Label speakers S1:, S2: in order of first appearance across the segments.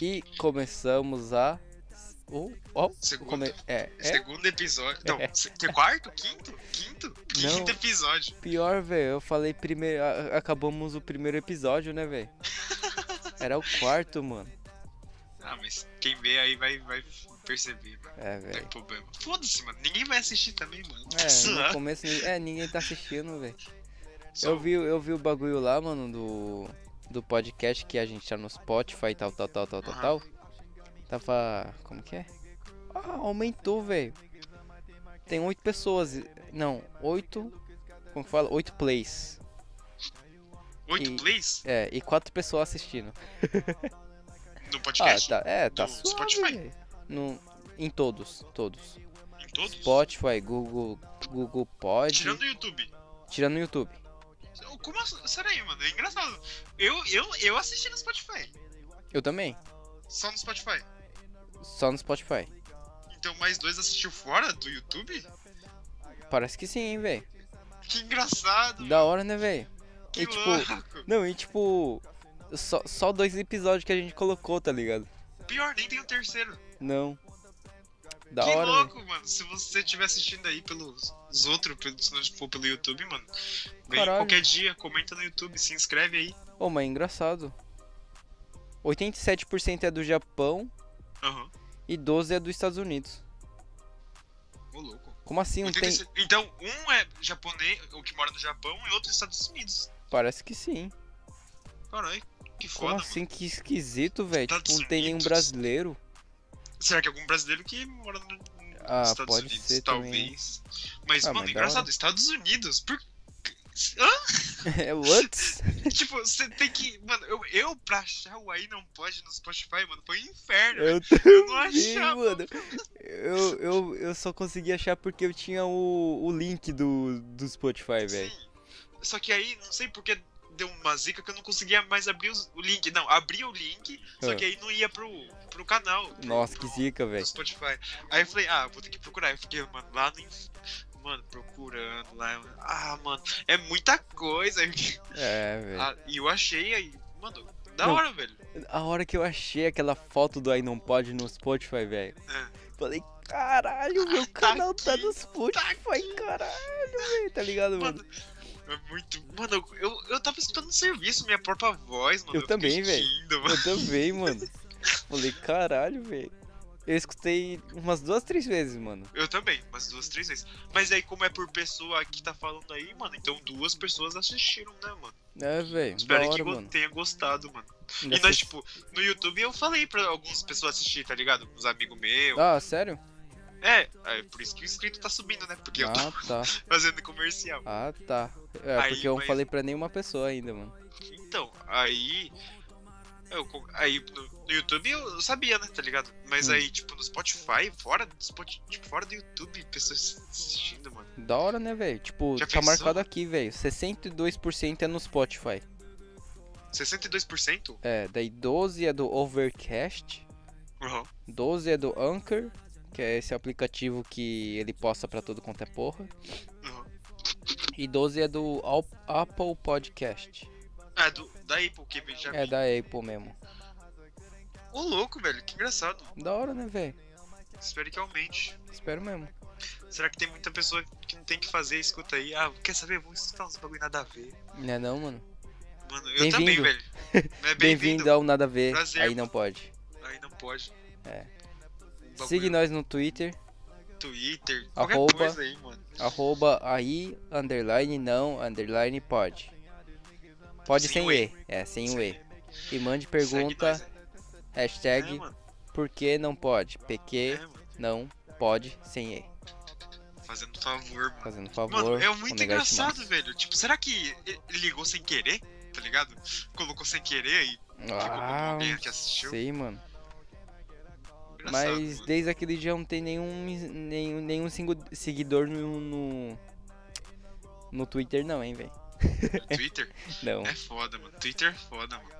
S1: E começamos a. O. ó,
S2: Segundo.
S1: come- É, é
S2: Segundo episódio. Não, se- que é quarto? Quinto? Quinto? Quinto
S1: Não.
S2: episódio.
S1: pior, velho. Eu falei primeiro. a- Acabamos o primeiro episódio, né, velho? Era o quarto, mano.
S2: Ah, mas quem vê aí vai, vai perceber, mano.
S1: É,
S2: Não tem
S1: velho.
S2: problema. Foda-se, mano. Ninguém vai assistir também, mano.
S1: É, no começo. ni- É, ninguém tá assistindo, velho.
S2: Só-
S1: Eu vi, eu vi o bagulho lá, mano, do, do podcast que a gente tá no Spotify e tal, tal, tal, tal, tal,
S2: Aham.
S1: tal. Tava. Como que é? Ah, aumentou, velho. Tem oito pessoas. e- Não, oito. Como que fala? Oito plays.
S2: Oito
S1: e-
S2: plays
S1: É, e quatro pessoas assistindo.
S2: no
S1: Ah,
S2: podcast?
S1: tá. É, tá
S2: do
S1: suave,
S2: Spotify?
S1: velho. No, em todos, todos.
S2: Em todos?
S1: Spotify, Google, Google Pod,
S2: Tirando o YouTube.
S1: tirando o YouTube.
S2: Como assim? Sério aí, mano. É engraçado. Eu, eu, eu assisti no Spotify.
S1: Eu também,
S2: Só no Spotify.
S1: só no Spotify.
S2: Então mais dois assistiu fora do YouTube?
S1: Parece que sim, hein, velho.
S2: Que engraçado.
S1: Da hora, né, velho?
S2: Que
S1: E, tipo,
S2: louco.
S1: Não, e tipo, só, só dois episódios que a gente colocou, tá ligado?
S2: Pior, nem tem o terceiro.
S1: Não. Da
S2: que
S1: hora,
S2: louco, mano. Se você estiver assistindo aí pelos os outros, pelo, se não for pelo YouTube, mano. Vem
S1: Caralho.
S2: qualquer dia, comenta no YouTube, se inscreve aí.
S1: velho. Ô, mas é engraçado. 87% é do Japão
S2: Aham.
S1: e 12% é dos Estados Unidos.
S2: Ô, louco.
S1: Como assim? Não tem...
S2: 86 Então, um é japonês, o que mora no Japão, e outro nos Estados Unidos.
S1: Parece que sim.
S2: Caralho, que
S1: Como
S2: foda, Tá
S1: assim? Que esquisito, velho. Tipo,
S2: Estados
S1: não tem nenhum
S2: Unidos.
S1: brasileiro.
S2: mano. Será que é algum brasileiro que mora no- nos
S1: Ah,
S2: Estados
S1: pode
S2: Unidos?
S1: ser também, né?
S2: talvez. Mas,
S1: Ah,
S2: mano,
S1: mas da
S2: engraçado,
S1: hora.
S2: Estados Unidos? Por. Hã?
S1: É Lutz?
S2: tipo, você tem que. Mano, eu, eu pra achar o aí não pode no Spotify, mano, foi um inferno.
S1: Eu
S2: Eu não
S1: também,
S2: achava.
S1: mano. Eu, eu, eu só consegui achar porque eu tinha o, o link do, do Spotify, velho.
S2: Sim. Só que aí, não sei porque deu uma zica que eu não conseguia mais abrir os- o link. Não, abria o link, só
S1: Ah.
S2: que aí não ia pro, pro canal. pro-
S1: Nossa, que
S2: pro-
S1: zica,
S2: pro
S1: velho.
S2: Spotify. Aí eu falei, ah, vou ter que procurar. Eu fiquei, mano, lá no. inf- Mano, procurando lá. eu- Ah, mano, é muita coisa. Aí eu-
S1: É, velho.
S2: Ah, E eu achei aí, mano, da
S1: Não.
S2: hora, velho.
S1: A hora que eu achei aquela foto do Aí Não Pode no Spotify, velho.
S2: É.
S1: Falei, caralho, meu
S2: Tá
S1: canal tá
S2: aqui,
S1: no Spotify, caralho, velho. Tá ligado, mano?
S2: Mano, é muito. Mano, eu- eu, eu tava escutando no serviço, minha própria voz, mano.
S1: Eu também,
S2: fiquei
S1: velho.
S2: rindo, mano.
S1: Eu também, mano. Falei, caralho, velho. Eu escutei umas duas, três vezes, mano.
S2: Eu também, umas duas, três vezes. Mas aí, como é por pessoa que tá falando aí, mano, então duas pessoas assistiram, né, mano?
S1: É, velho. Da
S2: Espero que
S1: hora,
S2: go-
S1: mano.
S2: tenha gostado, mano.
S1: Ainda
S2: tipo, E nós,
S1: assisti-
S2: tipo, no YouTube eu falei pra algumas pessoas assistir, tá ligado? Uns amigos meus.
S1: Ah, sério?
S2: É, é por isso que o inscrito tá subindo, né? Porque eu tô
S1: Ah, tá.
S2: fazendo comercial.
S1: Ah, tá. É,
S2: Aí,
S1: porque eu não
S2: mas-
S1: falei pra nenhuma pessoa ainda, mano.
S2: Então, aí. Eu, co- aí no, no YouTube eu sabia, né, tá ligado? Mas
S1: Hum.
S2: aí, tipo, no Spotify, fora do Spotify, tipo, fora do YouTube, pessoas assistindo, mano.
S1: Da hora, né, velho? Tipo,
S2: Já
S1: tá
S2: pensou?
S1: marcado aqui, velho. 62% é no Spotify.
S2: 62%?
S1: É, daí 12 é do Overcast.
S2: Uhum.
S1: 12 é do Anchor, que é esse aplicativo que ele posta pra tudo quanto é porra.
S2: Uhum.
S1: E 12 é do Al- Apple Podcast.
S2: Ah, é do, da Apple que vem já
S1: É da Apple mesmo.
S2: Ô louco, velho, que engraçado.
S1: Da hora, né, velho?
S2: Espero que aumente.
S1: Espero mesmo.
S2: Será que tem muita pessoa que não tem o que fazer e escuta aí? Ah, quer saber? Vou escutar uns bagulho nada a ver.
S1: Não é não, mano?
S2: Mano, eu
S1: Bem-vindo.
S2: também, velho. É
S1: Bem-vindo ao Nada a Ver.
S2: Prazer,
S1: Aí não pode.
S2: Aí não pode. Um
S1: É.
S2: Bagulho
S1: Siga nós no Twitter,
S2: no Twitter, qualquer
S1: Arroba.
S2: coisa aí, mano.
S1: arroba aí, underline, não, underline, pode. Pode
S2: Sem
S1: sem,
S2: o E.
S1: E. É, sem o
S2: Segue-
S1: E. E mande
S2: segue
S1: pergunta,
S2: nós aí. É,
S1: hashtag,
S2: mano.
S1: por que não pode?
S2: É,
S1: PQ
S2: mano.
S1: não pode sem E.
S2: Fazendo um favor, mano.
S1: Fazendo favor. um
S2: Mano, é muito
S1: Omega Shimasu.
S2: engraçado, velho. Tipo, será que ele ligou sem querer? Tá ligado? Colocou sem querer e ficou
S1: Ah,
S2: com alguém que assistiu.
S1: sei, mano.
S2: Engraçado,
S1: Mas
S2: mano.
S1: desde aquele dia não tem nenhum, nenhum, nenhum singu- seguidor no, no. no Twitter, não, hein, velho.
S2: No Twitter?
S1: Não.
S2: É foda, mano. Twitter é foda, mano.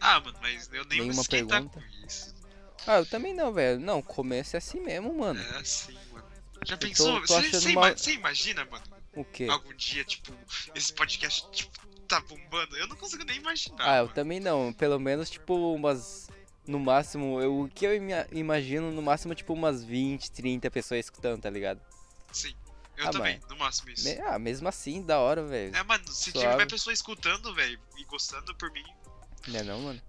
S2: Ah, mano, mas eu nem
S1: Nenhuma
S2: vou esquentar
S1: pergunta?
S2: com isso.
S1: Ah, eu também não, velho. Não, começo é assim mesmo, mano.
S2: É assim, mano. Já
S1: tô-
S2: pensou?
S1: tô
S2: Você
S1: achando
S2: você
S1: uma-
S2: ima- você imagina, mano,
S1: O quê?
S2: algum dia, tipo, esse podcast, tipo, tá bombando? Eu não consigo nem imaginar.
S1: Ah, eu
S2: mano.
S1: também não. Pelo menos, tipo, umas No máximo, eu, o que eu ima- imagino, no máximo, tipo, umas 20, 30 pessoas escutando, tá ligado?
S2: Sim. Eu
S1: Ah,
S2: também, no máximo isso.
S1: Me- ah, mesmo assim, da hora, velho.
S2: É, mano, se
S1: Suave.
S2: tiver pessoa escutando, velho, e gostando por mim.
S1: Né não, mano?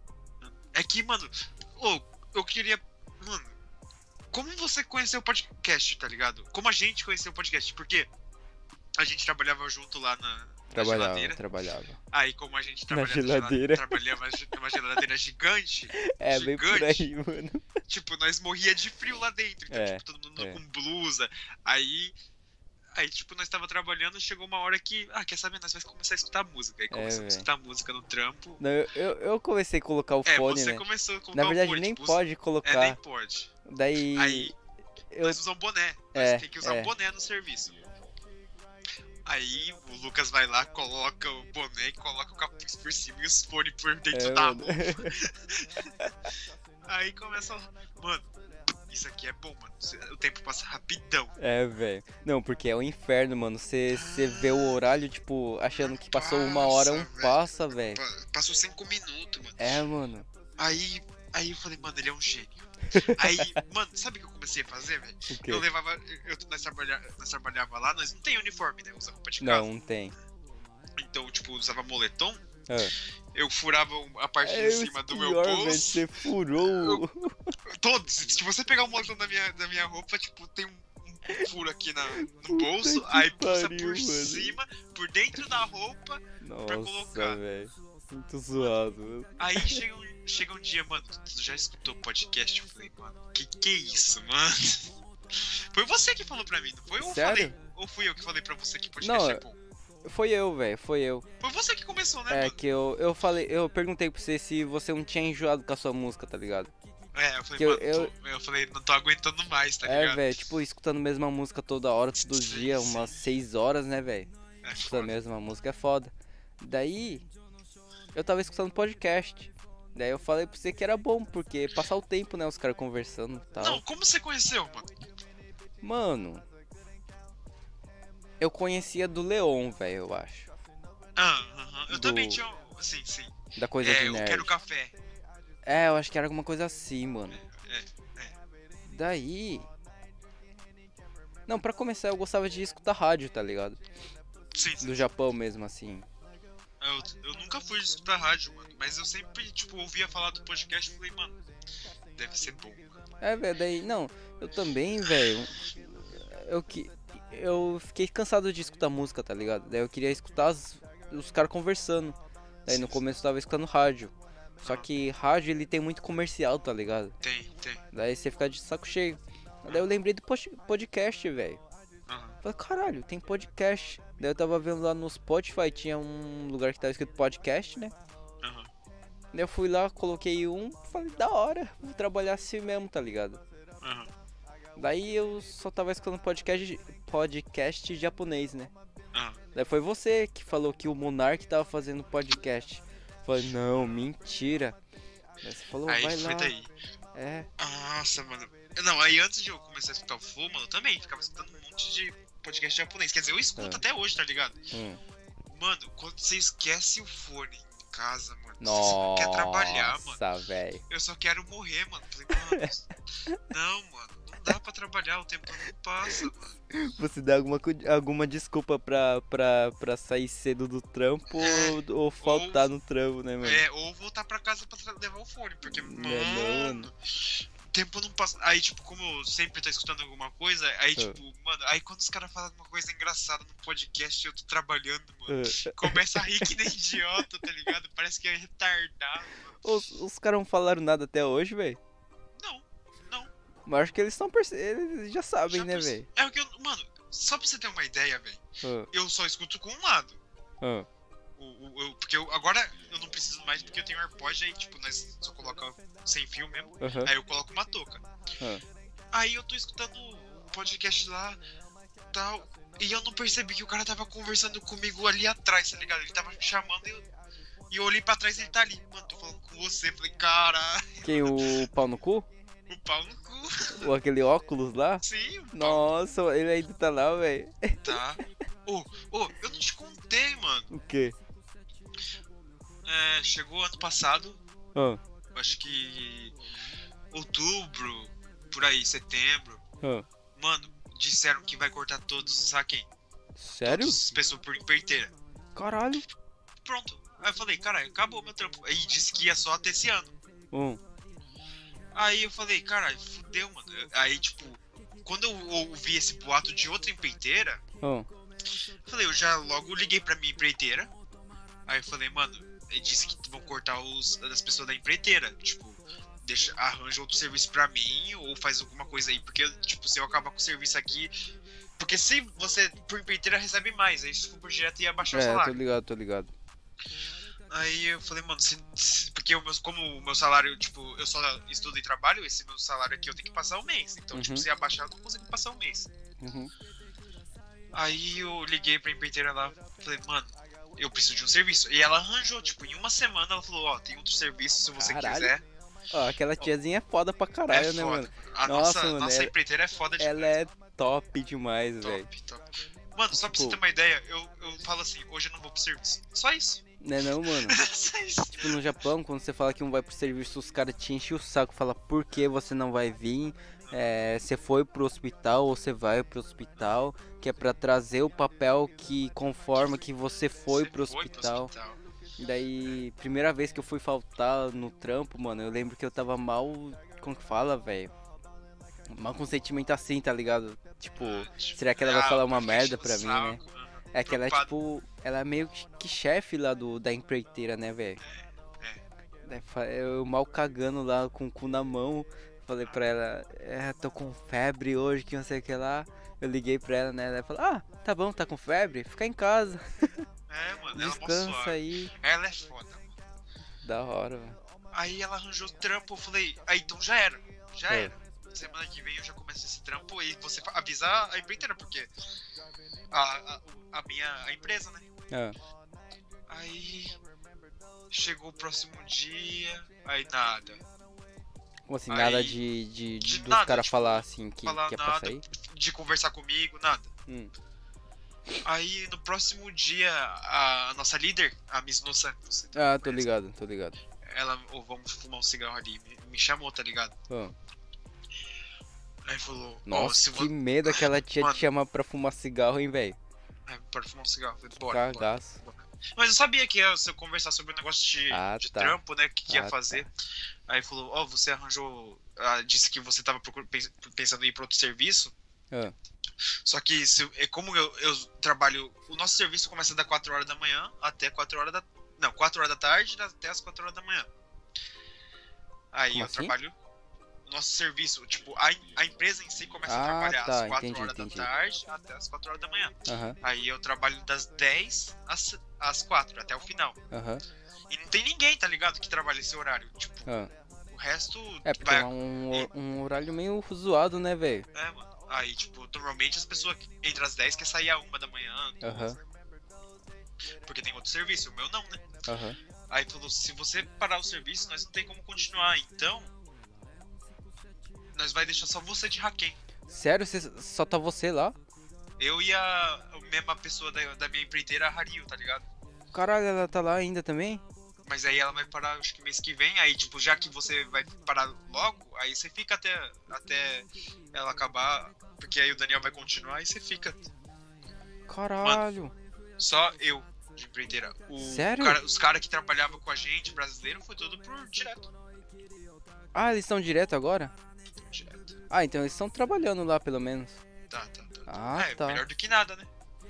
S2: É que, mano, ô, eu queria. Mano, como você conheceu o podcast, tá ligado? Como a gente conheceu o podcast? Porque a gente trabalhava junto lá na, na
S1: Trabalhava,
S2: geladeira.
S1: trabalhava.
S2: Aí, como a gente trabalhava
S1: geladeira.
S2: trabalhava gi- numa geladeira gigante,
S1: É, bem por
S2: Gigante.
S1: aí, mano.
S2: tipo, nós morria de frio lá dentro. Então,
S1: É,
S2: tipo, todo mundo
S1: é.
S2: com blusa. Aí. Aí, tipo, nós tava trabalhando, chegou uma hora que. Ah, quer saber? Nós vamos começar a escutar música. Aí começamos a
S1: É, velho.
S2: escutar música no trampo.
S1: Não, eu, eu, eu comecei a colocar o
S2: É,
S1: fone,
S2: você
S1: né?
S2: começou um com
S1: Na verdade, nem pode
S2: É, nem
S1: colocar.
S2: pode.
S1: Daí.
S2: Aí,
S1: eu...
S2: Nós usamos boné. Nós
S1: É,
S2: tem que usar
S1: é.
S2: um boné no serviço. Aí o Lucas vai lá, coloca o boné, coloca o capuz por cima e os fones por dentro
S1: É,
S2: da
S1: mano.
S2: roupa. Aí começa. a- Mano, isso aqui é bom, mano. O tempo passa rapidão.
S1: É, velho. Não, porque é um inferno, mano. Você você vê o horário, tipo, achando que passou uma hora, um
S2: Passa, velho.
S1: passa, velho.
S2: Pa- Passou cinco minutos, mano.
S1: É, mano.
S2: Aí, aí eu falei, mano, ele é um gênio. Aí, mano, sabe o que eu comecei a fazer, velho?
S1: O quê?
S2: Eu levava. Eu, nós, trabalha, nós trabalhava lá, nós não tem uniforme, né? Usa roupa de casa.
S1: Não, não tem.
S2: Então, tipo, usava moletom.
S1: Ah.
S2: Eu furava um- a parte
S1: É,
S2: de
S1: isso
S2: cima do meu
S1: pior, velho. tipo-
S2: bolso.
S1: Você furou. o-
S2: Todos. Se você pegar o moletom da minha, da minha roupa, tipo, tem um, um furo aqui na, no
S1: Puta
S2: bolso.
S1: que
S2: Aí passa
S1: pariu,
S2: por
S1: mano.
S2: cima, por dentro da roupa.
S1: Nossa,
S2: colocar.
S1: velho. Muito zoado. mano.
S2: Aí chega um, chega um dia, mano, tu já escutou o podcast? Eu falei, mano, que que é isso, mano? Foi você que falou pra mim, não foi? Ou,
S1: Sério?
S2: falei, ou fui eu que falei pra você que podcast
S1: Não,
S2: é bom?
S1: Foi eu, velho. Foi eu.
S2: Foi você que começou, né,
S1: É
S2: mano?
S1: que eu, eu falei, eu perguntei pra você se você não tinha enjoado com a sua música, tá ligado?
S2: É, eu falei,
S1: que eu-
S2: mano, eu, eu falei, não tô aguentando mais, tá
S1: é,
S2: ligado?
S1: velho, tipo, escutando a mesma música toda hora, todo
S2: Sim,
S1: dia,
S2: sim.
S1: umas 6 horas, né, velho?
S2: É
S1: Escutando a mesma música é foda. Daí, eu tava escutando podcast. Daí eu falei pra você que era bom, porque passar o tempo, né, os caras conversando e tal.
S2: Não, como você conheceu, mano?
S1: Mano, eu conhecia do Leon, velho, eu acho.
S2: Ah, aham. eu
S1: Do-
S2: também tinha. um- Sim, sim.
S1: Da coisa
S2: é,
S1: de
S2: eu
S1: nerd.
S2: quero café. É,
S1: É, eu acho que era alguma coisa assim, mano. Daí. Não, pra começar, eu gostava de escutar rádio, tá ligado?
S2: Sim, sim.
S1: Do Japão mesmo, assim.
S2: Eu, eu nunca fui de escutar rádio, mano. Mas eu sempre, tipo, ouvia falar do podcast e falei, mano, deve ser bom.
S1: É, velho, daí. Não, eu também, velho. Eu que. Eu fiquei cansado de escutar música, tá ligado? Daí eu queria escutar as- os caras conversando. Daí no começo eu tava escutando rádio. Só que rádio ele tem muito comercial, tá ligado?
S2: Tem, tem.
S1: Daí você fica de saco cheio. Daí eu lembrei do pod- podcast, velho.
S2: Aham.
S1: Falei, caralho, tem podcast. Daí eu tava vendo lá no Spotify, tinha um lugar que tava escrito podcast, né?
S2: aham.
S1: Daí eu fui lá, coloquei um, falei, da hora, vou trabalhar assim mesmo, tá ligado?
S2: aham.
S1: Daí eu só tava escutando podcast, podcast japonês, né?
S2: aham.
S1: Daí foi você que falou que o Monark tava fazendo podcast. Falei, não, mentira. Daí você falou,
S2: Aí
S1: vai
S2: foi
S1: lá.
S2: daí.
S1: É,
S2: Nossa, mano. Não, aí antes de eu começar a escutar o Flow, mano, eu também ficava escutando um monte de podcast japonês. Quer dizer, eu
S1: Ah.
S2: escuto até hoje, tá ligado?
S1: hum.
S2: Mano, quando você esquece o fone em casa, mano, você
S1: Nossa,
S2: quer trabalhar, mano.
S1: velho.
S2: Eu só quero morrer, mano. Falei, mano, não, mano, não dá pra trabalhar, o tempo não passa, mano.
S1: Você dá alguma, cu- alguma desculpa pra, pra, pra sair cedo do trampo ou, ou faltar no trampo, né, mano?
S2: É, ou voltar pra casa pra tra- levar o fone, porque,
S1: Né,
S2: mano,
S1: mano?
S2: o tempo não passa. Aí, tipo, como eu sempre tô escutando alguma coisa, aí,
S1: Ah.
S2: tipo, mano, aí quando os caras falam alguma coisa engraçada no podcast, eu tô trabalhando, mano.
S1: Ah,
S2: Começa a rir que nem idiota, tá ligado? Parece que é retardado.
S1: Os, os caras não falaram nada até hoje, velho.
S2: Não,
S1: Mas acho que eles estão Eles já sabem,
S2: já
S1: né,
S2: perce-
S1: velho?
S2: É o que eu. Mano, só pra você ter uma ideia, velho,
S1: Ah,
S2: eu só escuto com um lado.
S1: ah.
S2: O, o- eu- porque eu- agora eu não preciso mais porque eu tenho AirPod aí, tipo, nós só colocamos sem fio mesmo.
S1: Aham.
S2: Aí eu coloco uma touca. Aí eu tô escutando o podcast lá, tal. E eu não percebi que o cara tava conversando comigo ali atrás, tá ligado? Ele tava me chamando e eu, e eu olhei pra trás e ele tá ali. Mano, tô falando com você. Falei, cara,
S1: Quem? O pau no cu?
S2: o pau no cu.
S1: Ou aquele óculos lá?
S2: Sim, o pau
S1: Nossa, ele ainda tá lá, velho.
S2: tá. Ô, ô, eu não te contei, mano.
S1: O quê?
S2: É, chegou ano passado,
S1: Ah,
S2: acho que outubro, por aí, setembro.
S1: Ah,
S2: Mano, disseram que vai cortar todos os hackers.
S1: sério?
S2: Todas as pessoas por empreiteira.
S1: Caralho.
S2: Pronto. Aí eu falei, caralho, acabou meu trampo. Aí disse que ia só até esse ano.
S1: Hum,
S2: Aí eu falei, caralho, fudeu, mano. Aí, tipo, quando eu ouvi esse boato de outra empreiteira,
S1: hum.
S2: eu falei, eu já logo liguei pra minha empreiteira. Aí eu falei, mano, ele disse que vão cortar os das pessoas da empreiteira. Tipo, deixa, arranja outro serviço pra mim ou faz alguma coisa aí. Porque, tipo, se eu acabar com o serviço aqui. Porque se você, por empreiteira, recebe mais. Aí se for por direto ia baixar o
S1: É,
S2: salário.
S1: tô ligado, tô ligado.
S2: Aí eu falei, mano, se, se- porque o meu, como o meu salário, tipo, eu só estudo e trabalho, esse meu salário aqui eu tenho que passar um mês. Então, tipo,
S1: Uhum.
S2: se abaixar, eu não consigo passar um mês.
S1: Uhum.
S2: Aí eu liguei pra empreiteira lá, falei, mano, eu preciso de um serviço. E ela arranjou, tipo, em uma semana ela falou, ó, tem outro serviço se você
S1: Caralho.
S2: quiser.
S1: Ó, aquela tiazinha é foda pra caralho,
S2: é
S1: né,
S2: foda.
S1: mano? Nossa,
S2: A nossa,
S1: mano,
S2: nossa
S1: ela-
S2: empreiteira é foda demais.
S1: Ela é top demais, velho.
S2: top, top. Mano, só pra você
S1: Tipo-
S2: ter uma ideia, eu, eu falo assim, hoje eu não vou pro serviço. Só isso.
S1: Né não, mano?
S2: Só isso.
S1: Tipo, no Japão, quando você fala que um vai pro serviço, os caras te enchem o saco, fala por que você não vai vir, é, você foi pro hospital ou você vai pro hospital, que é pra trazer o papel que conforma que você foi
S2: Você
S1: pro hospital.
S2: hospital.
S1: Daí, primeira vez que eu fui faltar no trampo, mano, eu lembro que eu tava mal, como que fala, velho? Mal com sentimento assim, tá ligado? Tipo, será que ela vai
S2: Ah,
S1: falar uma
S2: fica
S1: merda
S2: enchendo
S1: pra
S2: o
S1: mim, né?
S2: saco, aham.
S1: É que ela é
S2: Preocupado.
S1: tipo. Ela é meio que chefe lá do, da empreiteira, né, velho? Daí fa- Eu mal cagando lá com o cu na mão. Falei pra ela, é, tô com febre hoje, que não sei o que lá. Eu liguei pra ela, né? Ela falou, ah, tá bom, tá com febre? Fica em casa,
S2: É, mano, ela é mó
S1: descansa
S2: suave.
S1: aí.
S2: Ela é foda, mano.
S1: Da hora, velho.
S2: Aí ela arranjou trampo, eu falei, aí então já era, já
S1: É.
S2: era. Semana que vem eu já começo esse trampo e você fa- avisar a empreiteira, porque a, a, a minha a empresa, né?
S1: Ah,
S2: Aí chegou o próximo dia, aí nada.
S1: como assim,
S2: Aí-
S1: nada de, de, de
S2: de
S1: dos
S2: nada,
S1: caras
S2: tipo,
S1: falar assim que,
S2: falar
S1: que é pra
S2: nada. tipo,
S1: sair?
S2: De conversar comigo, nada.
S1: Hum.
S2: Aí no próximo dia, a, a nossa líder, a Mizuno-san, você-
S1: Ah, tô ligado, tô ligado.
S2: ela, ou vamos fumar um cigarro ali, me, me chamou, tá ligado?
S1: Ah.
S2: Aí falou, ó,
S1: Nossa,
S2: se
S1: que
S2: você.
S1: medo aquela tia
S2: Mano.
S1: te chamar pra fumar cigarro, hein, velho?
S2: Ah, Bora fumar um cigarro, eu falei, bora, bora.
S1: Cagaço.
S2: Mas eu sabia que ia, se eu conversar sobre o negócio de,
S1: Ah,
S2: de
S1: tá.
S2: trampo, né? O que, que
S1: Ah,
S2: ia fazer. Aí falou, ó, você arranjou. ah, disse que você tava procur- pens- pensando em ir pra outro serviço.
S1: Ah.
S2: Só que se, é como eu, eu trabalho. O nosso serviço começa das 4 horas da manhã até 4 horas da. Não, 4 horas da tarde até as 4 horas da manhã. Aí
S1: Como
S2: eu
S1: assim?
S2: trabalho. o Nosso serviço, tipo, a, em- a empresa em si começa
S1: Ah,
S2: a trabalhar
S1: tá,
S2: às 4
S1: entendi,
S2: horas
S1: entendi.
S2: da tarde até as 4 horas da manhã.
S1: Aham,
S2: Aí eu trabalho das 10 às, às 4, até o final.
S1: aham.
S2: E não tem ninguém, tá ligado, que trabalha esse horário. Tipo,
S1: ah.
S2: o resto
S1: É, porque
S2: vai.
S1: é um, hor- um horário meio zoado, né, velho?
S2: É, mano. Aí, tipo, normalmente as pessoas que- entre as 10 quer sair a 1 da manhã.
S1: Aham. É.
S2: Porque tem outro serviço, o meu não, né?
S1: Aham.
S2: Aí falou, se você parar o serviço, nós não tem como continuar, então. Nós vai deixar só você de hacker.
S1: Sério? Cê- só tá você lá?
S2: Eu e a, a mesma pessoa da, da minha empreiteira, a Hariu, tá ligado?
S1: Caralho, ela tá lá ainda também?
S2: Mas aí ela vai parar, acho que mês que vem. Aí, tipo, já que você vai parar logo, aí você fica até, até ela acabar. Porque aí o Daniel vai continuar e você fica.
S1: Caralho.
S2: Só eu de empreiteira. O
S1: Sério?
S2: cara- os caras que trabalhavam com a gente, brasileiro, foi tudo por direto.
S1: Ah, eles estão direto agora?
S2: Direto.
S1: Ah, então eles estão trabalhando lá, pelo menos.
S2: Tá, tá, tá.
S1: Ah,
S2: é,
S1: tá.
S2: melhor do que nada, né?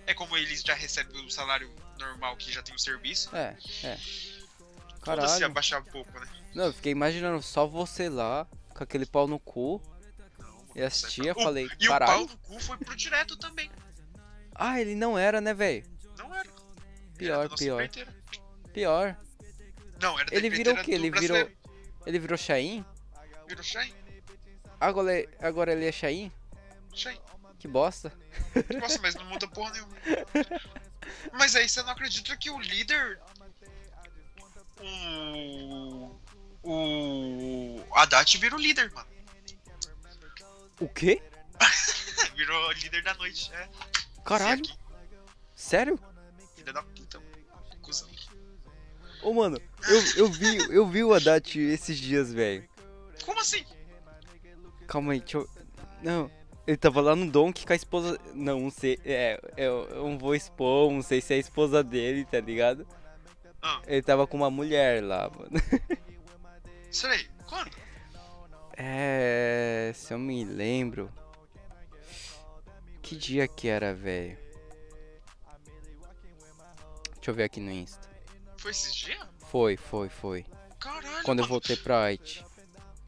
S2: É como eles já recebem o salário normal que já tem o serviço.
S1: É, é.
S2: Foda-se
S1: Caralho.
S2: abaixar um pouco, né?
S1: Não, eu fiquei imaginando só você lá, com aquele pau no cu.
S2: Não,
S1: E as tia,
S2: O-
S1: falei,
S2: E o pau
S1: caralho.
S2: no cu foi pro direto também.
S1: Ah, ele não era, né, velho?
S2: Não era.
S1: Pior,
S2: era da nossa
S1: pior.
S2: empreiteira.
S1: Pior.
S2: Não, era da
S1: Ele virou o
S2: empreiteira
S1: quê?
S2: do
S1: Ele virou.
S2: brasileiro.
S1: Ele virou Shain?
S2: Virou Shai.
S1: Agora, ele- agora ele é Shain?
S2: Shai.
S1: Que bosta.
S2: Nossa, mas não muda porra nenhuma. Mas aí você não acredita que o líder. O. O. Haddad virou líder, mano.
S1: O quê?
S2: É, Virou líder da noite, é.
S1: Caralho.
S2: Esse aqui,
S1: Sério?
S2: Filha da puta, mano. Cusão.
S1: Ô, mano, eu, eu vi, eu vi o Haddad esses dias, velho.
S2: Como assim?
S1: Calma aí, deixa eu. Não. Ele tava lá no Donkey com a esposa. Não, não sei. É, eu eu não vou expor, não sei se é a esposa dele, tá ligado?
S2: Ah.
S1: Ele tava com uma mulher lá, mano.
S2: Peraí, quando?
S1: É. Se eu me lembro. Que dia que era, velho? Deixa eu ver aqui no Insta.
S2: Foi esse dia?
S1: Foi, foi, foi.
S2: Caralho,
S1: Quando eu
S2: mano.
S1: voltei pra Haiti.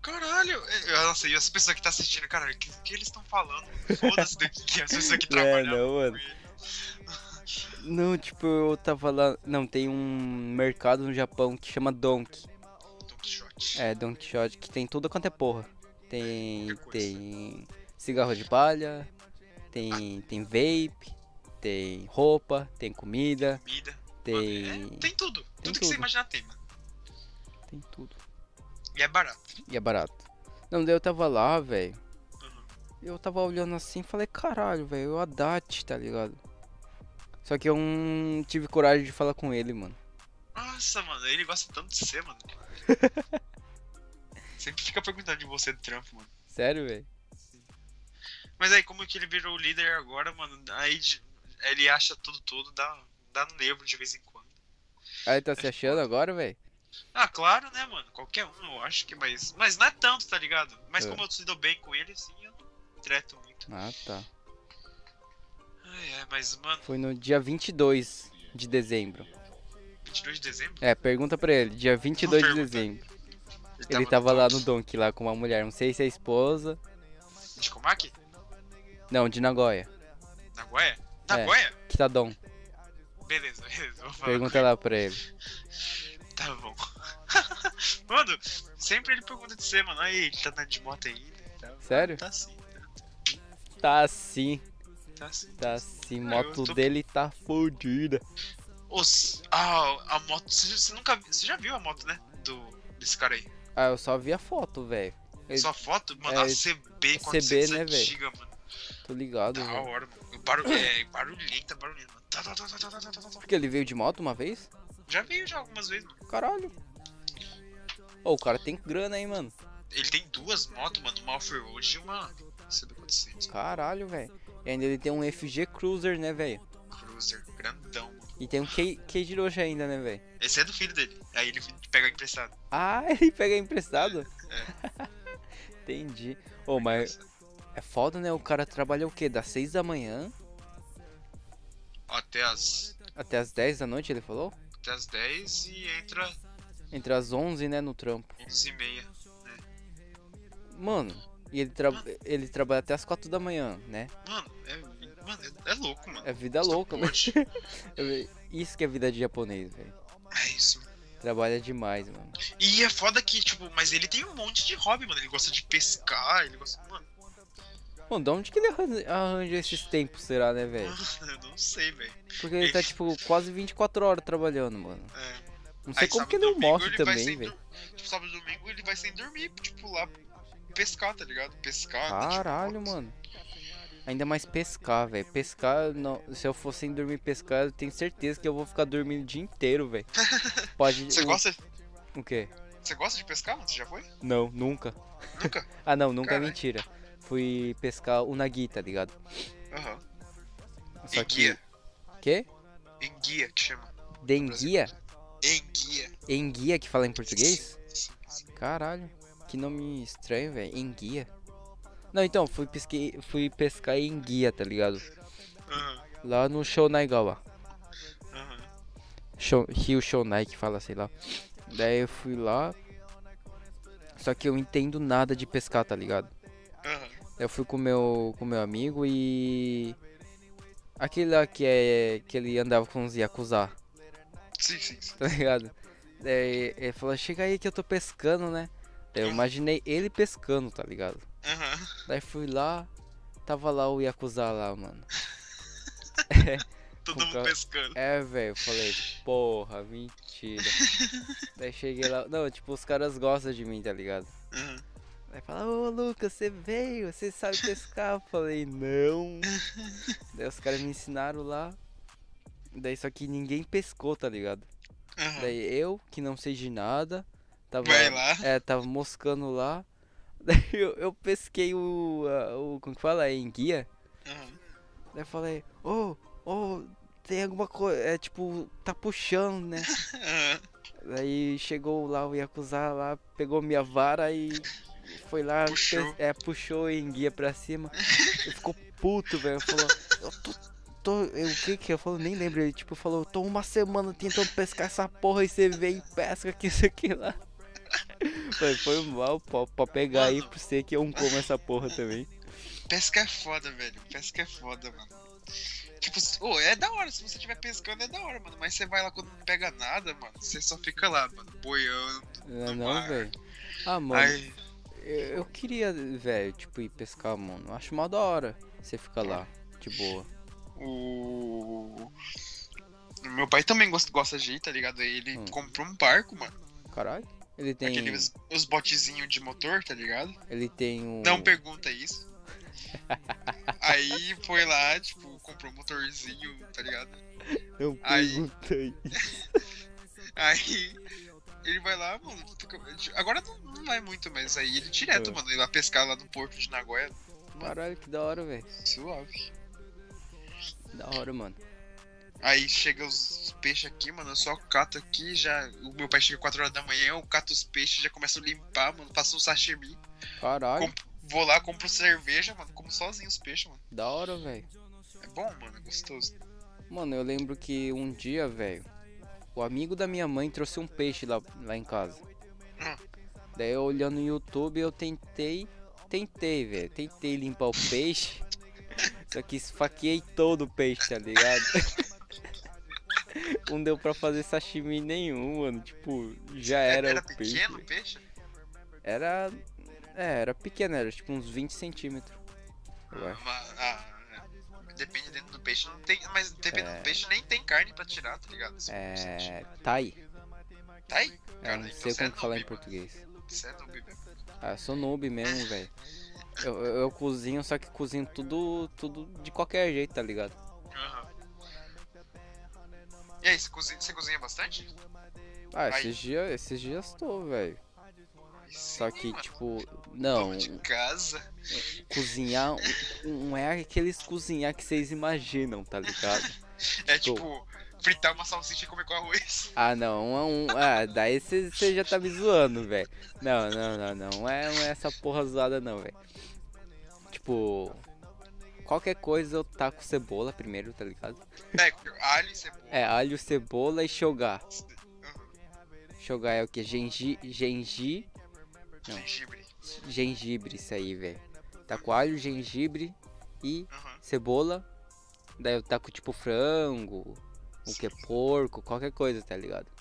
S2: Caralho! É, eu- Nossa, e as pessoas que tá assistindo, caralho, o que, o que eles estão falando? Foda-se daqui que as pessoas que
S1: É,
S2: trabalham.
S1: não, mano. Não, tipo, eu tava lá. Não, tem um mercado no Japão que chama Donk.
S2: Don Quixote.
S1: É, Don Quixote, que tem tudo quanto é porra. Tem.
S2: Qualquer coisa.
S1: Tem. Cigarro de palha, tem. tem vape, tem roupa, tem comida,
S2: Comida. Mano,
S1: tem.
S2: é, tem tudo. tudo. que
S1: tudo.
S2: você imaginar tem, mano.
S1: Tem tudo.
S2: E é barato.
S1: E é barato. Não, daí eu tava lá, velho.
S2: Uhum.
S1: Eu tava olhando assim e falei, caralho, velho, o Haddad, tá ligado? Só que eu não tive coragem de falar com ele, mano.
S2: Nossa, mano, ele gosta tanto de você, mano. Sempre fica perguntando de você do trampo, mano.
S1: Sério, velho?
S2: Mas aí, como que ele virou o líder agora, mano? Aí de- ele acha tudo tudo, dá, dá no nervo de vez em quando.
S1: Aí tá se achando agora, velho?
S2: Ah, claro, né, mano? Qualquer um, eu acho que, mas. Mas não é tanto, tá ligado? Mas
S1: É.
S2: como eu se dou bem com ele, assim, eu não treto muito.
S1: Ah, tá.
S2: Ai, é, mas, mano,
S1: Foi no dia 22 de dezembro.
S2: 22 de dezembro?
S1: É, pergunta pra ele, dia 22 de
S2: pergunta.
S1: dezembro. Ele tava lá no Donk lá com uma mulher, não sei se é esposa.
S2: De Komaki?
S1: Não, de Nagoya.
S2: Nagoya?
S1: É.
S2: Nagoya?
S1: Kitadon.
S2: Beleza, beleza, vou falar.
S1: Pergunta lá pra ele.
S2: Tá bom. mano, sempre ele pergunta de você, mano. Aí, ele tá andando de moto ainda. e tal.
S1: Sério?
S2: Tá sim,
S1: Tá sim,
S2: tá sim.
S1: tá sim.
S2: Ah,
S1: Moto
S2: eu tô-
S1: dele tá fodida.
S2: Os, ah, a moto. Você, você nunca viu. Você já viu a moto, né? Do, desse cara aí.
S1: Ah, eu só vi a foto, velho. Ele-
S2: Sua foto? Mano,
S1: é,
S2: a CB
S1: CB,
S2: 400
S1: né, véi?
S2: é antiga, mano.
S1: Tô ligado,
S2: Da
S1: velho.
S2: hora, mano. Barulho, é, barulhenta, barulhenta, mano. Tá, tá, tá, tá, tá, tá, tá, tá, tá.
S1: Porque ele veio de moto uma vez?
S2: Já veio já algumas vezes, mano.
S1: Caralho. Ô, o cara tem grana, hein, mano.
S2: Ele tem duas motos, mano. Uma off-road e uma CB 400.
S1: Caralho, velho. E ainda ele tem um FG Cruiser, né, velho?
S2: Cruiser, grandão, mano.
S1: E tem um Ke- Keijiroshi ainda, né, velho?
S2: Esse é do filho dele. Aí ele pega emprestado.
S1: Ah, ele pega emprestado? Entendi. Ô, mas É foda, né? O cara trabalha o quê? Das 6 da manhã
S2: Até as
S1: até as 10 da noite, ele falou?
S2: até as 10 e entra
S1: Entre as 11, né, no trampo.
S2: 11 e meia.
S1: Mano, e ele, tra- ele trabalha até as 4 da manhã, né?
S2: Mano, é, mano, é, é louco, mano.
S1: É vida
S2: Você não
S1: louca, mano.
S2: pode.
S1: Isso que é vida de japonês, velho.
S2: É isso. mano.
S1: Trabalha demais, mano.
S2: E é foda que, tipo, mas ele tem um monte de hobby, mano. Ele gosta de pescar, ele gosta. Mano,
S1: Mano, de onde que ele arranja, arranja esses tempos, será, né, velho?
S2: eu não sei, velho.
S1: Porque ele tá, tipo, quase 24 horas trabalhando, mano.
S2: É.
S1: Não sei
S2: Aí
S1: como
S2: sábado
S1: que
S2: e
S1: ele não
S2: domingo
S1: morre
S2: ele vai
S1: também,
S2: sem
S1: velho.
S2: dur- Tipo, sábado e domingo ele vai sem dormir, tipo, lá pescar, tá tipo, ligado? Pescar. andar de
S1: Caralho,
S2: moto.
S1: mano. Ainda mais pescar, velho. Pescar, não, se eu fosse em dormir pescar, eu tenho certeza que eu vou ficar dormindo o dia inteiro, velho. Pode.
S2: Você
S1: o-
S2: gosta,
S1: O quê?
S2: você gosta de pescar, mano? Você já foi?
S1: Não, nunca.
S2: Nunca?
S1: Ah, não, nunca
S2: Caralho.
S1: é mentira. Fui pescar o Nagui, tá ligado?
S2: Aham.
S1: Só que.
S2: Enguia.
S1: Quê?
S2: Enguia que chama.
S1: Denguia?
S2: Enguia.
S1: Enguia que fala em português? Caralho. Que nome estranho, velho. Enguia. Não, então, fui, pesquei, fui pescar enguia, tá ligado?
S2: Aham.
S1: Lá no Shonaigawa.
S2: Aham.
S1: Shon- Rio Shonai que fala, sei lá. Daí eu fui lá. Só que eu não entendo nada de pescar, tá ligado?
S2: Aham.
S1: Eu fui com meu com meu amigo e aquele lá que é que ele andava com os yakuza,
S2: Sim, sim, sim.
S1: tá ligado? Daí ele falou: "Chega aí que eu tô pescando, né?" Daí eu imaginei ele pescando, tá ligado?
S2: Aham.
S1: Daí fui lá, tava lá o yakuza lá, mano.
S2: Todo
S1: Com
S2: mundo
S1: ca-
S2: pescando.
S1: É, velho, eu falei, porra, mentira. Daí cheguei lá, não, tipo, os caras gostam de mim, tá ligado?
S2: Aham.
S1: Aí fala, ô Lucas, você veio, você sabe pescar? Eu falei, não. Daí os caras me ensinaram lá. Daí só que ninguém pescou, tá ligado?
S2: Aham.
S1: Daí eu, que não sei de nada, tava,
S2: Vai lá.
S1: É, tava moscando lá. Daí eu, eu pesquei o, a- o. Como que fala? É em guia.
S2: Uhum.
S1: Daí eu falei, ô, ô, tem alguma coisa. É tipo, tá puxando, né? Daí chegou lá o Yakuza lá, pegou minha vara e foi lá,
S2: Puxou.
S1: fez- é, puxou em guia pra cima. Ele ficou puto, velho. Falou, eu tô. tô- eu, o que que eu falo? Nem lembro. Ele tipo falou, tô uma semana tentando pescar essa porra e você vem e pesca que isso aqui lá. Foi, foi um mal pra, pra pegar aí
S2: Mano.
S1: pra você que eu não como essa porra também.
S2: Pesca é foda, velho. Pesca é foda, mano. Tipo, se- ô, é da hora. Se você estiver pescando, é da hora, mano. Mas você vai lá quando não pega nada, mano. Você só fica lá, mano, boiando.
S1: Não,
S2: Tomara.
S1: não velho. Ah, mano,
S2: Aí,
S1: eu, É, eu queria, velho, tipo, ir pescar, mano. Acho mó da hora você ficar lá, de boa.
S2: o. Meu pai também gosta, gosta de ir, tá ligado? Aí ele
S1: Hum.
S2: comprou um barco, mano.
S1: Caralho. Ele tem.
S2: Aquele, os, os botezinhos de motor, tá ligado?
S1: Ele tem um.
S2: Não pergunta isso. Aí foi lá, tipo, comprou um motorzinho, tá ligado?
S1: Eu
S2: Aí.
S1: perguntei.
S2: Aí ele vai lá, mano. fica- Agora não, não vai muito, mas aí ele direto,
S1: É.
S2: mano. Ele vai pescar lá no porto de Nagoya,
S1: Caralho, que da hora, velho.
S2: suave.
S1: Da hora, mano.
S2: Aí chega os peixes aqui, mano. Eu só cato aqui, já. O meu pai chega 4 horas da manhã, eu cato os peixes, já começo a limpar, mano. Faço um sashimi.
S1: Caralho,
S2: comp- Vou lá, compro cerveja, mano. Como sozinho os peixes, mano.
S1: da hora, velho.
S2: É bom, mano. É gostoso.
S1: Mano, eu lembro que um dia, velho, o amigo da minha mãe trouxe um peixe lá, lá em casa. Daí eu olhando no YouTube, eu tentei. Tentei, velho. Tentei limpar o peixe. Só que esfaqueei todo o peixe, tá ligado? Não deu pra fazer sashimi nenhum, mano. Tipo, já era, o peixe.
S2: É, pequeno o peixe?
S1: Era. É, era pequeno, era tipo uns 20 centímetros. eu acho.
S2: Ah, ah, é. depende dentro do peixe, não tem. Mas dependendo
S1: É.
S2: do peixe, nem tem carne pra tirar, tá ligado?
S1: É. Tai.
S2: Tá aí.
S1: É,
S2: Cara,
S1: não
S2: então
S1: sei
S2: você é
S1: como que falar em
S2: noob, mano.
S1: português.
S2: Você é noob, velho.
S1: Ah, eu sou noob mesmo, velho. Eu, eu, eu cozinho, só que cozinho tudo, tudo de qualquer jeito, tá ligado?
S2: Aham. E aí, você cozinha, você cozinha bastante?
S1: Ah,
S2: Aí.
S1: esses dias, esses dias tô, velho. Só
S2: Sim,
S1: que,
S2: mano.
S1: tipo,
S2: Dono
S1: não,
S2: de casa.
S1: cozinhar não é aqueles cozinhar que vocês imaginam, tá ligado?
S2: É tipo, fritar uma salsicha e comer com arroz.
S1: Ah, não, um a um. Ah, daí você já tá me zoando, velho. Não, não, não, não. Não é, não é essa porra zoada, não, velho. Tipo. Qualquer coisa eu taco cebola primeiro, tá ligado?
S2: É, alho e cebola.
S1: É, alho, cebola e shogar.
S2: Aham.
S1: Shogar é o que? Gengi. Gengi. Não.
S2: Gengibre.
S1: Gengibre, isso aí, velho. Taco alho, gengibre e
S2: Aham.
S1: cebola. Daí eu taco tipo frango, o que? Porco, qualquer coisa, tá ligado?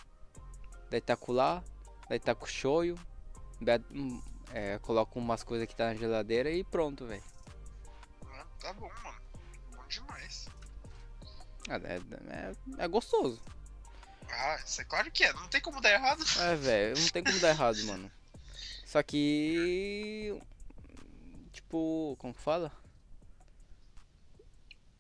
S1: Daí taco lá, daí taco shoyu. daí, hum, É, coloco umas coisas que tá na geladeira e pronto, velho.
S2: Ah, Tá bom, mano. Bom demais.
S1: Ah, é, é- é gostoso.
S2: Ah, isso é claro que é. Não tem como dar errado.
S1: É, velho, não tem como dar errado, mano. Só que. Tipo, como que fala?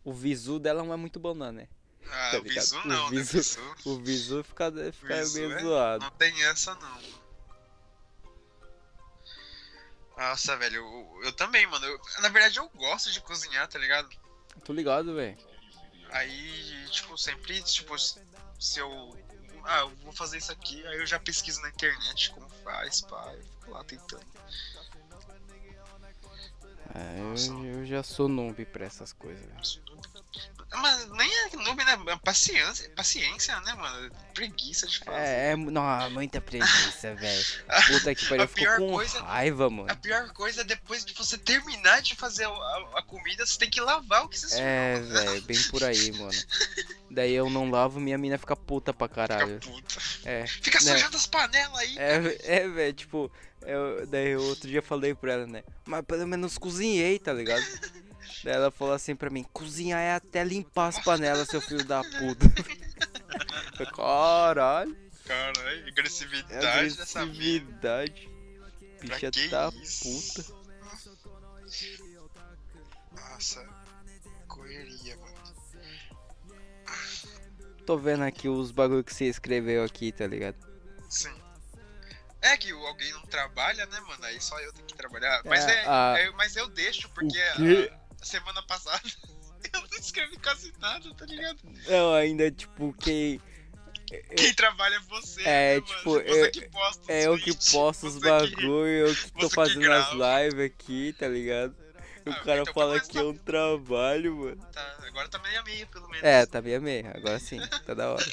S1: O visu dela não é muito bom, não, né?
S2: Ah,
S1: Tá ligado?
S2: o bisu
S1: O
S2: não, né?
S1: bisu-
S2: Bisu.
S1: O visu fica, fica
S2: Visu
S1: meio
S2: é-
S1: zoado.
S2: Não tem essa não. Nossa, velho, eu, eu também, mano. Eu- na verdade, eu gosto de cozinhar, tá ligado?
S1: Tô ligado, velho.
S2: Aí, tipo, sempre, tipo, se se eu. Ah, eu vou fazer isso aqui, aí eu já pesquiso na internet como faz, pá, eu fico lá tentando.
S1: É,
S2: Nossa.
S1: eu, eu já sou noob pra essas coisas, velho.
S2: Mas nem é noob, né? É Paciência, paciência, né, mano? Preguiça de fazer.
S1: É, é, mu- não, muita preguiça, velho. Puta que pariu,
S2: A
S1: eu
S2: pior
S1: fico com
S2: coisa- é
S1: raiva,
S2: A
S1: mano.
S2: pior coisa é depois de você terminar de fazer a, a- a comida, você tem que lavar o que você
S1: É, velho, bem por aí, mano. Daí eu não lavo, minha mina fica puta pra
S2: Fica
S1: caralho.
S2: puta.
S1: É.
S2: Fica
S1: Né?
S2: sujando as panelas aí.
S1: É, vé- é velho, tipo, eu, daí eu outro dia falei pra ela, né? Mas pelo menos cozinhei, tá ligado? daí ela falou assim pra mim: cozinhar é até limpar as panelas, seu filho da puta. Eu, Caralho,
S2: Caralho,
S1: é
S2: agressividade dessa vida.
S1: agressividade.
S2: Pra
S1: Bicha
S2: que
S1: da
S2: isso?
S1: puta.
S2: Nossa, correria, mano.
S1: Tô vendo aqui os bagulho que você escreveu aqui, tá ligado?
S2: Sim. É que alguém não trabalha, né, mano? Aí só eu tenho que trabalhar. Mas, é,
S1: a-
S2: é- mas eu deixo, porque a-
S1: quê?
S2: a semana passada eu não escrevi quase nada, tá ligado?
S1: Não, ainda, tipo, quem.
S2: Quem trabalha é você.
S1: É,
S2: né,
S1: tipo,
S2: mano? você
S1: é-
S2: que posta os
S1: É eu que
S2: tweets,
S1: posto os
S2: você que-
S1: bagulho, eu que
S2: você
S1: tô
S2: que
S1: fazendo as
S2: grava.
S1: lives aqui, tá ligado? E
S2: Ah,
S1: o cara
S2: então,
S1: fala
S2: mas
S1: que é um trabalho, mano.
S2: Tá, agora tá meio a meio, pelo menos.
S1: É, tá meio a meio, agora sim, tá da hora.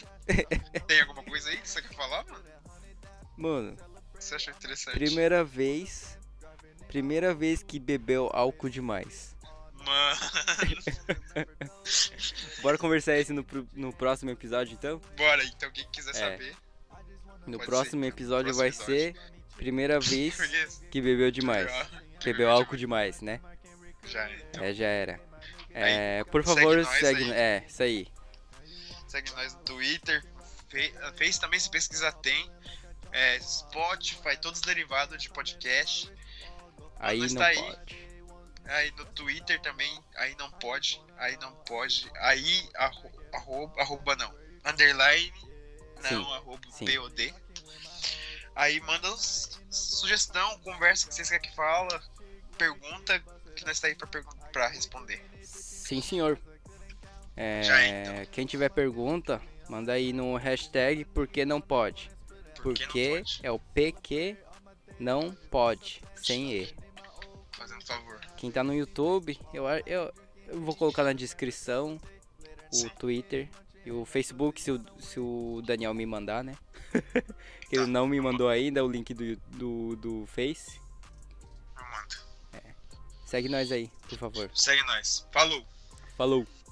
S2: Tem alguma coisa aí que você quer falar, mano?
S1: Mano,
S2: Que Você achou interessante?
S1: primeira vez. Primeira vez que bebeu álcool demais.
S2: Mano,
S1: Bora conversar isso no, pro- no próximo episódio, então?
S2: bora, então quem quiser
S1: É,
S2: saber.
S1: No
S2: Pode ser,
S1: próximo episódio
S2: próximo
S1: vai
S2: episódio.
S1: ser primeira vez
S2: Conheço.
S1: que bebeu demais. Bebeu álcool demais, né?
S2: Já, então.
S1: É, já era.
S2: Aí,
S1: É, por
S2: segue
S1: favor,
S2: nós
S1: segue.
S2: aí.
S1: É, isso aí.
S2: Segue nós no Twitter. Fe- Face também, se pesquisar, tem. É, Spotify, todos derivados de podcast.
S1: Aí
S2: Mas
S1: não
S2: tá aí.
S1: pode.
S2: Aí no Twitter também, aí não pode, aí não pode, aí arro, arroba, arroba não, underline, não,
S1: Sim,
S2: arroba
S1: sim.
S2: POD. Aí manda uns- sugestão, conversa que vocês querem que fala, pergunta, que nós tá aí pra, pergun- pra responder.
S1: Sim, senhor. É,
S2: Já então.
S1: Quem tiver pergunta, manda aí no hashtag porque não pode.
S2: Por que não
S1: Porque
S2: pode?
S1: é o PQ não pode, sem E.
S2: Fazendo favor.
S1: Quem tá no YouTube, eu, a- eu, eu vou colocar na descrição o
S2: Sim.
S1: Twitter e o Facebook, se o, se o Daniel me mandar, né? Ele não me mandou ainda o link do, do, do Face.
S2: Eu mando.
S1: Segue nós aí, por favor.
S2: Segue nós. Falou!
S1: Falou!